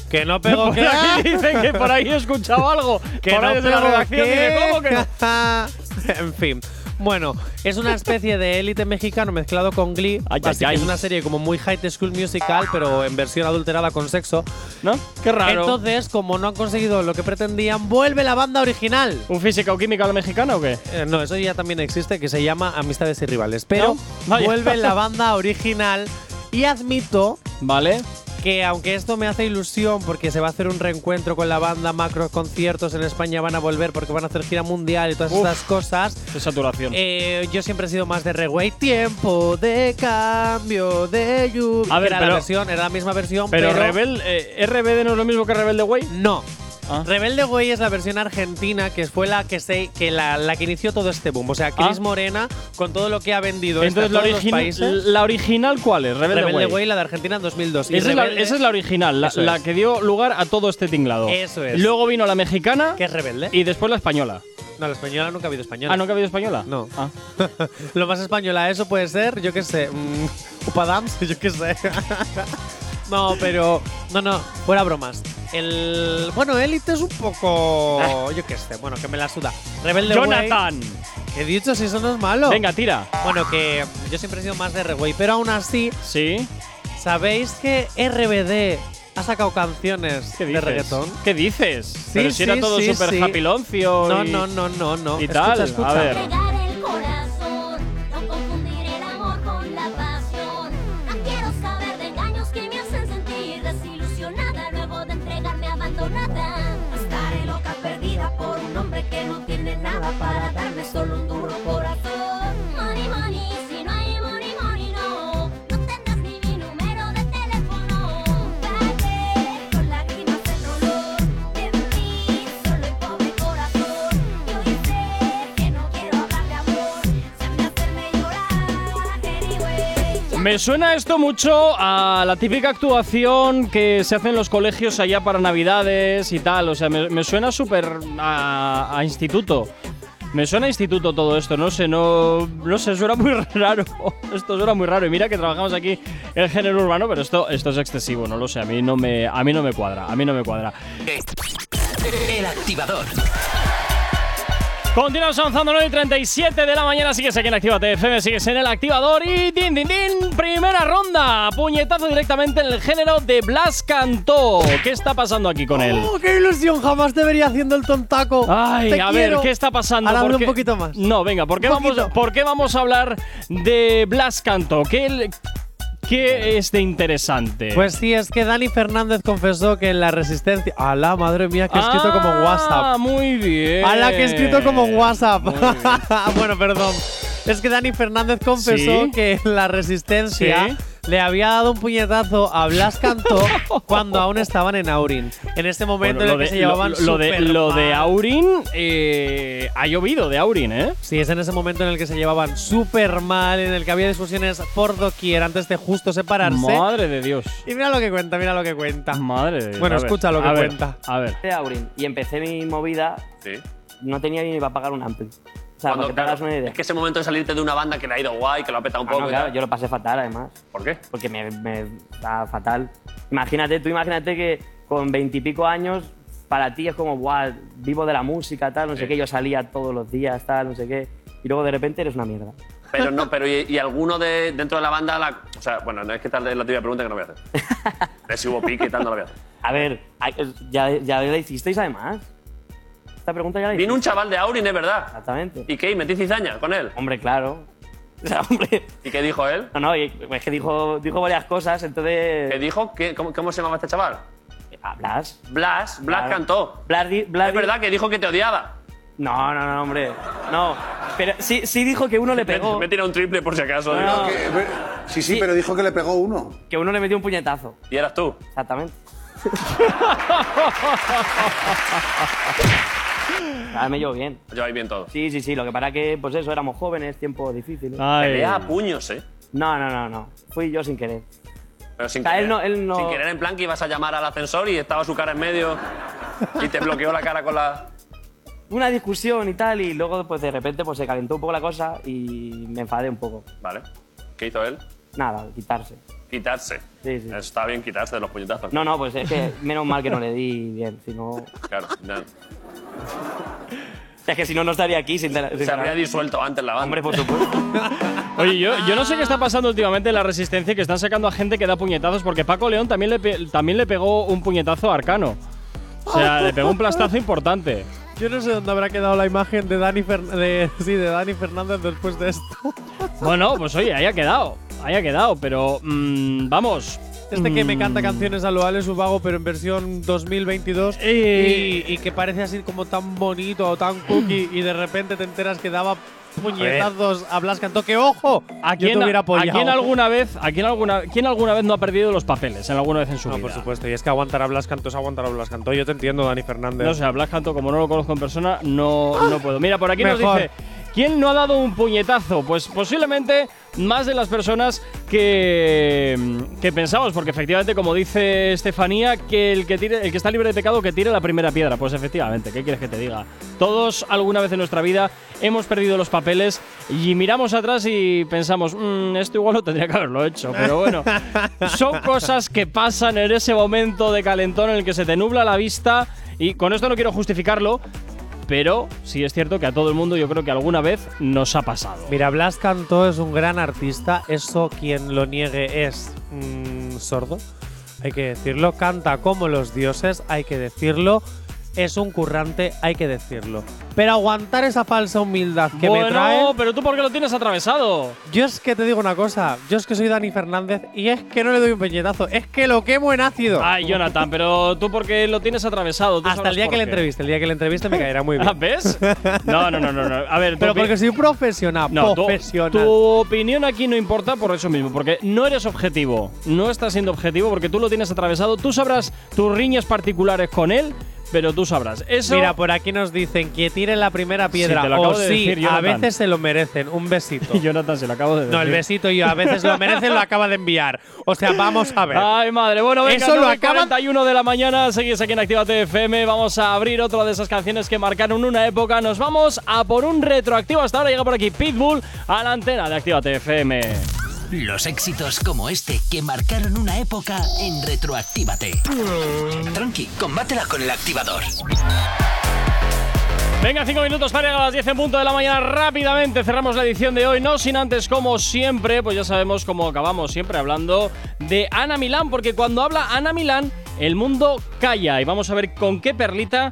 S2: Que no pegó
S1: Por
S2: que…
S1: aquí dicen que por ahí he escuchado algo.
S2: Que
S1: por
S2: no
S1: ahí desde la
S2: pegó
S1: redacción
S2: que-
S1: dicen, ¿cómo que no?
S2: en fin. Bueno, es una especie de élite mexicano mezclado con Glee. así
S1: ay,
S2: que
S1: ay.
S2: Es una serie como muy High School Musical, pero en versión adulterada con sexo.
S1: ¿No? Qué raro.
S2: Entonces, como no han conseguido lo que pretendían, vuelve la banda original.
S1: ¿Un físico química mexicano o qué?
S2: Uh. Eh, no, eso ya también existe, que se llama Amistades y Rivales. Pero
S1: Vaya.
S2: vuelve la banda original y admito
S1: Vale.
S2: que aunque esto me hace ilusión porque se va a hacer un reencuentro con la banda, macro conciertos en España van a volver porque van a hacer gira mundial y todas
S1: Uf.
S2: estas cosas,
S1: Qué saturación.
S2: eh, yo siempre he sido más de Regway. Tiempo de cambio de lluvia.
S1: A ver,
S2: era la
S1: pero-
S2: versión, era la misma versión,
S1: pero
S2: pero,
S1: Rebel, eh, RBD no es lo mismo que Rebelde Way.
S2: No.
S1: Ah.
S2: Rebelde Way es la versión argentina que fue la que se que la, la que inició todo este boom. O sea, Cris
S1: Ah.
S2: Morena con todo lo que ha vendido esta
S1: Entonces,
S2: en
S1: la,
S2: todos los
S1: origina-
S2: países.
S1: la original, ¿cuál es? Rebelde,
S2: Rebelde,
S1: Way.
S2: Way, la de Argentina en 2002. Y
S1: Esa es, la,
S2: Rebelde-
S1: esa es la original, la,
S2: Eso es.
S1: la que dio lugar a todo este tinglado.
S2: Eso es.
S1: Luego vino la mexicana
S2: que es Rebelde.
S1: y después la española.
S2: no, la española nunca ha habido española.
S1: Ah, ¿nunca ha habido española?
S2: No.
S1: Ah.
S2: lo más española eso puede ser, yo qué sé, mm, Upadams, yo qué sé. no, pero no, no, fuera bromas. El bueno, Élite es un poco, yo qué sé, bueno, que me la suda. Rebelde Way.
S1: Ah. ¡Jonathan!
S2: He dicho si eso no es malo.
S1: Venga, tira.
S2: Bueno, que yo siempre he sido más de Reway, pero aún así,
S1: Sí.
S2: ¿sabéis que RBD ha sacado canciones
S1: ¿Qué
S2: de
S1: dices?
S2: reggaetón?
S1: ¿Qué dices? Pero si
S2: sí,
S1: era todo
S2: sí,
S1: super
S2: sí.
S1: happy loncio
S2: No,
S1: y-
S2: no, no, no, no.
S1: y
S2: Escucha,
S1: tal.
S2: escucha.
S1: A ver.
S13: Pegar el corazón, no confundir el amor con la pasión. No quiero saber de engaños que me hacen sentir desilusionada luego de entregarme abandonada. Estaré loca perdida por un hombre que no tiene nada para darme solo un duro corazón. Money, money, si no hay money, money, no. No tendrás ni mi número de teléfono. Pagué con lágrimas el dolor de mi solo y pobre corazón. Yo hice que no quiero hablar de amor. Se me hacerme llorar, anyway.
S1: Me suena esto mucho a la típica actuación que se hace en los colegios allá para Navidades y tal. O sea, me, me suena súper a, a instituto. Me suena a instituto todo esto, no sé, no, no sé, suena muy raro. Esto suena muy raro. Y mira que trabajamos aquí el género urbano, pero esto, esto es excesivo, no lo sé. A mí no me, a mí no me cuadra, a mí no me cuadra.
S3: El activador.
S1: Continuamos avanzando 9 y 37 de la mañana, sigues aquí en Actívate FM, sigues en el activador y din, din, din, primera ronda, puñetazo directamente en el género de Blas Cantó. ¿Qué está pasando aquí con él?
S2: ¡Oh, qué ilusión! Jamás te vería haciendo el tontaco.
S1: Ay,
S2: Te
S1: a
S2: quiero.
S1: ver, ¿qué está pasando?
S2: Ahora
S1: ¿Por
S2: hablo un
S1: qué-
S2: poquito más.
S1: No, venga, ¿por qué,
S2: Un
S1: vamos,
S2: poquito.
S1: ¿por qué vamos a hablar de Blas Cantó? ¿Qué, el- qué es de interesante?
S2: Pues sí, es que Dani Fernández confesó que en la resistencia. ¡Ala, madre mía! Que he escrito como en
S1: Ah,
S2: WhatsApp.
S1: muy bien.
S2: ¡Ala, que he escrito como en WhatsApp!
S1: Muy bien.
S2: bueno, perdón. Es que Dani Fernández confesó
S1: Sí.
S2: que en la resistencia.
S1: Sí.
S2: Le había dado un puñetazo a Blas Cantó cuando aún estaban en Aurin. En este momento
S1: Bueno,
S2: en
S1: lo
S2: el que
S1: de,
S2: se
S1: lo-
S2: llevaban
S1: lo, de, lo de
S2: supermal.
S1: Aurin, eh, ha llovido de Aurin, ¿eh?
S2: Sí, es en ese momento en el que se llevaban súper mal, en el que había discusiones por doquier antes de justo separarse.
S1: Madre de Dios.
S2: Y mira lo que cuenta, mira lo que cuenta.
S1: Madre de Dios.
S2: Bueno,
S1: A ver,
S2: escucha lo que
S1: a ver,
S2: cuenta.
S1: a ver.
S14: de Aurin y empecé mi movida,
S9: Sí.
S14: no tenía ni para pagar un ampli. O sea,
S9: Cuando,
S14: para que te
S9: claro,
S14: hagas una idea.
S9: Es que ese momento de salirte de una banda que le ha ido guay, que lo ha petado un
S14: Ah,
S9: poco.
S14: no,
S9: y
S14: claro,
S9: tal.
S14: yo lo pasé fatal, además.
S9: ¿Por qué?
S14: Porque me, me da fatal. Imagínate, tú imagínate que con veintipico años, para ti es como, guau, vivo de la música, tal, no
S9: Sí.
S14: sé qué. Yo salía todos los días, tal, no sé qué. Y luego de repente eres una mierda.
S9: Pero no, pero y, y alguno de dentro de la banda, la- o sea, bueno, no es que tal es la típica pregunta que no voy a hacer. De si hubo pique y tal, no la voy a hacer.
S14: A ver, hay- ya, ya la hicisteis además. Esta pregunta ya la hicisteis.
S9: Vino un chaval de Aurin, es verdad.
S14: Exactamente.
S9: ¿Y qué? ¿Y metí cizaña con él?
S14: Hombre, claro. O sea, hombre.
S9: ¿Y qué dijo él?
S14: No, no, y- es que dijo, dijo varias cosas, entonces. ah,
S9: ¿Qué dijo? ¿Qué- cómo, cómo se llamaba este chaval?
S14: Blas.
S9: Blas, Blas
S14: Claro.
S9: cantó.
S14: Blas, di- Blas
S9: es
S14: di-
S9: verdad que dijo que te odiaba.
S14: No, no, no, hombre. No. Pero sí, sí dijo que uno le pegó.
S9: Me, he tirado un triple por si acaso.
S14: No,
S9: digo.
S14: no.
S15: Sí, sí, pero dijo que le pegó uno.
S14: Que uno le metió un puñetazo.
S9: Y eras tú.
S14: Exactamente. Ah, me llevo bien.
S9: Lleváis bien todo.
S14: Sí, sí, sí. Lo que para que, pues eso, éramos jóvenes, tiempos difíciles.
S9: Pelea a puños, ¿eh?
S14: No, no, no, no. Fui yo sin querer.
S9: Pero sin
S14: O sea,
S9: querer.
S14: él no- él no-
S9: Sin querer, en plan que ibas a llamar al ascensor y estaba su cara en medio y te bloqueó la cara con la...
S14: Una discusión y tal, y luego, pues de repente, pues se calentó un poco la cosa y me enfadé un poco.
S9: Vale. ¿Qué hizo él?
S14: Nada, quitarse.
S9: Quitarse.
S14: Sí, sí.
S9: Está bien quitarse de los puñetazos.
S14: No, no, pues es que menos mal que no le di bien, si no.
S9: Claro. no.
S14: Es que si no, no estaría aquí sin.
S9: Se habría disuelto antes la banda.
S14: Hombre, por supuesto.
S1: Oye, yo, yo no sé qué está pasando últimamente en la resistencia, que están sacando a gente que da puñetazos, porque Paco León también le, pe- también le pegó un puñetazo a Arcano. O sea, le pegó un plastazo importante.
S2: Yo no sé dónde habrá quedado la imagen de Dani, Fern- de, sí, de Dani Fernández después de esto.
S1: Bueno, pues oye, ahí ha quedado. Ahí ha quedado, pero mm, vamos.
S2: Este que me
S1: Mm,
S2: canta canciones a lo Alex Ubago, pero en versión 2022.
S1: Eh.
S2: Y, y que parece así como tan bonito o tan cookie. y de repente te enteras que daba puñetazos a Blas Cantó. ¡Que ojo!
S1: ¿A
S2: Yo te
S1: quién,
S2: hubiera
S1: a
S2: apoyado.
S1: quién alguna vez, a quién alguna, quién alguna vez no ha perdido los papeles en alguna vez en su
S2: No,
S1: vida?
S2: Ah, por supuesto. Y es que aguantar a Blas Cantó es aguantar a Blas Cantó. Yo te entiendo, Dani Fernández.
S1: No sé, a Blas Canto, como no lo conozco en persona, no, no puedo. Mira, por aquí nos
S2: Mejor.
S1: dice. ¿Quién no ha dado un puñetazo? Pues posiblemente más de las personas que, que pensamos, porque efectivamente, como dice Estefanía, que el que, tire, el que está libre de pecado que tire la primera piedra. Pues efectivamente, ¿qué quieres que te diga? Todos alguna vez en nuestra vida hemos perdido los papeles y miramos atrás y pensamos, "Mm, esto igual no tendría que haberlo hecho, pero bueno. Son cosas que pasan en ese momento de calentón en el que se te nubla la vista. Y con esto no quiero justificarlo, pero sí es cierto que a todo el mundo yo creo que alguna vez nos ha pasado.
S2: Mira, Blas Cantó es un gran artista. Eso quien lo niegue es mm, sordo. Hay que decirlo. Canta como los dioses. Hay que decirlo. Es un currante. Hay que decirlo. Pero aguantar esa falsa humildad que
S1: bueno,
S2: me trae.
S1: pero tú por qué lo tienes atravesado.
S2: Yo es que te digo una cosa. Yo es que soy Dani Fernández y es que no le doy un peñetazo. Es que lo quemo en ácido.
S1: Ay, Jonathan, pero tú por qué lo tienes atravesado. Tú
S2: Hasta
S1: sabrás
S2: el día
S1: por
S2: que le
S1: qué.
S2: entreviste. El día que le entreviste me caerá muy bien.
S1: Ah, ¿Ves? No, no, no, no, no. A ver, tu
S2: Pero
S1: opi-
S2: porque soy un profesional.
S1: pues No, tu,
S2: profesional.
S1: tu opinión aquí no importa por eso mismo, porque no eres objetivo, no estás siendo objetivo porque tú lo tienes atravesado, tú sabrás tus riñas particulares con él, pero tú sabrás. Eso
S2: Mira, pues, por aquí nos dicen que tire la primera
S1: Sí,
S2: piedra.
S1: te lo
S2: o
S1: acabo de
S2: sí,
S1: decir,
S2: a
S1: Jonathan.
S2: veces se lo merecen. Un besito.
S1: Jonathan se lo acabo de
S2: No, el
S1: decir.
S2: besito yo a veces lo merecen, lo acaba de enviar. O sea, vamos a ver.
S1: Ay, madre. Bueno, venga,
S2: Eso lo
S1: 9 y
S2: acaban.
S1: 41 de la mañana, seguís aquí en Actívate FM. Vamos a abrir otra de esas canciones que marcaron una época. Nos vamos a por un retroactivo. Hasta ahora llega por aquí Pitbull a la antena de Actívate FM.
S3: Los éxitos como este que marcaron una época en Retroactívate. Tranqui, combátela con el activador.
S1: Venga, cinco minutos para llegar a las 10 en punto de la mañana. Rápidamente cerramos la edición de hoy. No sin antes, como siempre, pues ya sabemos cómo acabamos siempre hablando de Ana Milán, porque cuando habla Ana Milán, el mundo calla. Y vamos a ver con qué perlita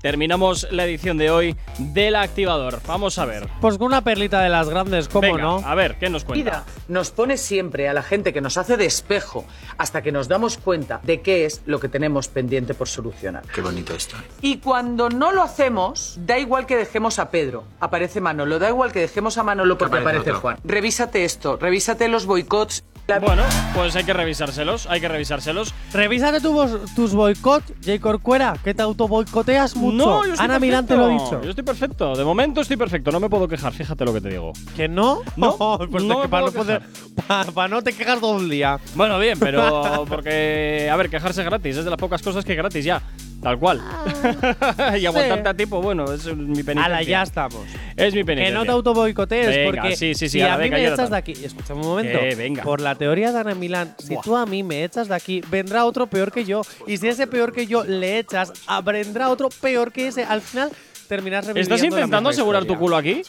S1: terminamos la edición de hoy del activador. Vamos a ver.
S2: Pues con una perlita de las grandes, ¿cómo
S1: Venga,
S2: no?
S1: A ver, ¿qué nos cuenta?
S16: vida nos pone siempre a la gente que nos hace de espejo hasta que nos damos cuenta de qué es lo que tenemos pendiente por solucionar.
S3: Qué bonito esto. ¿eh?
S16: Y cuando no lo hacemos, da igual que dejemos a Pedro, aparece Manolo, da igual que dejemos a Manolo porque
S1: aparece
S16: aparece,
S1: otro.
S16: Juan. Revísate esto, revísate los boicots.
S1: Bueno, pues hay que revisárselos, hay que revisárselos.
S2: Revísate tu vos- tus boicot, J. Corcuera, que te autoboicoteas mucho.
S1: No, yo estoy
S2: Ana Milán te
S1: perfecto.
S2: lo ha dicho.
S1: Yo estoy perfecto. De momento estoy perfecto. No me puedo quejar. Fíjate lo que te digo.
S2: ¿Que no?
S1: No,
S2: pues
S1: no
S2: es
S1: me
S2: que para no,
S1: puedo
S2: poder- pa- pa no te quejas todo el día.
S1: Bueno, bien, pero porque, a ver, quejarse es gratis, es de las pocas cosas que es gratis ya, tal cual. y aguantarte a tipo, bueno, es mi penitencia.
S2: Ah. Ala, ya estamos.
S1: Es mi
S2: Que
S1: penitencia.
S2: no te autoboicotees,
S1: Venga,
S2: porque
S1: sí, sí, sí,
S2: si
S1: ahora
S2: a mí
S1: venga,
S2: me
S1: Jonathan.
S2: echas de aquí, escúchame un momento,
S1: Que venga.
S2: por la teoría de Ana Milán, si
S1: Buah.
S2: tú a mí me echas de aquí, vendrá otro peor que yo, y si ese peor que yo le echas, ah, vendrá otro peor que ese, al final terminas reviviendo
S1: ¿Estás
S2: la misma
S1: intentando asegurar tu
S2: historia.
S1: culo aquí?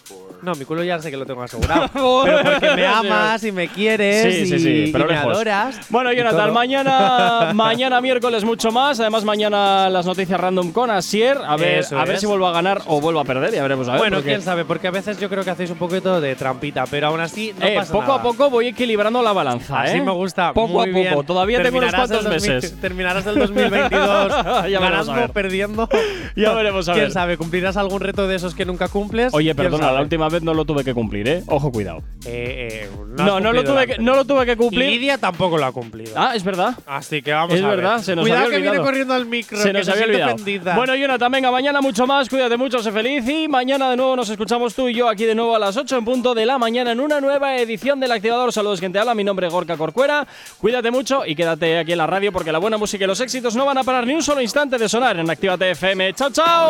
S2: No, mi culo ya sé que lo tengo asegurado. pero porque me amas y me quieres
S1: Sí, sí,
S2: y-
S1: sí, pero
S2: y me
S1: lejos.
S2: adoras.
S1: Bueno,
S2: y
S1: Jonathan,
S2: todo.
S1: mañana, mañana miércoles mucho más. Además, mañana las noticias random con Asier. A ver,
S2: Eso
S1: a ver
S2: es.
S1: si vuelvo a ganar o vuelvo a perder. Ya veremos. A ver,
S2: Bueno,
S1: porque-
S2: quién sabe, porque a veces yo creo que hacéis un poquito de trampita, pero aún así no
S1: Eh,
S2: pasa
S1: poco
S2: nada.
S1: a poco voy equilibrando la balanza.
S2: Así
S1: ¿eh?
S2: me gusta.
S1: Poco
S2: muy
S1: a poco.
S2: bien.
S1: Todavía tengo unos
S2: Terminarás el
S1: cuantos
S2: 2000
S1: meses.
S2: Terminarás el 2022
S1: Ya veremos a
S2: ganando,
S1: ver.
S2: perdiendo.
S1: Ya veremos a ver.
S2: ¿Quién sabe? ¿Cumplirás algún reto de esos que nunca cumples?
S1: Oye,
S2: ¿Quién
S1: perdona,
S2: sabe?
S1: la última vez no lo tuve que cumplir, ¿eh? Ojo, cuidado.
S2: Eh, eh, has
S1: No, no lo tuve
S2: cumplido la
S1: que-
S2: anterior.
S1: no lo tuve que cumplir.
S2: Y Lidia tampoco lo ha cumplido.
S1: Ah, es verdad.
S2: Así que vamos
S1: es
S2: a ver.
S1: verdad, se nos
S2: Cuidado
S1: había
S2: que viene
S1: olvidado.
S2: corriendo al micro,
S1: Se
S2: que
S1: nos
S2: se
S1: había
S2: siente
S1: olvidado.
S2: ofendida.
S1: Bueno, Jonathan, venga, mañana mucho más. Cuídate mucho, sé feliz. Y mañana de nuevo nos escuchamos tú y yo aquí de nuevo a las 8 en punto de la mañana en una nueva edición del Activador. Saludos, quien te habla. Mi nombre es Gorka Corcuera. Cuídate mucho y quédate aquí en la radio porque la buena música y los éxitos no van a parar ni un solo instante de sonar en Actívate FM. ¡Chao, chao!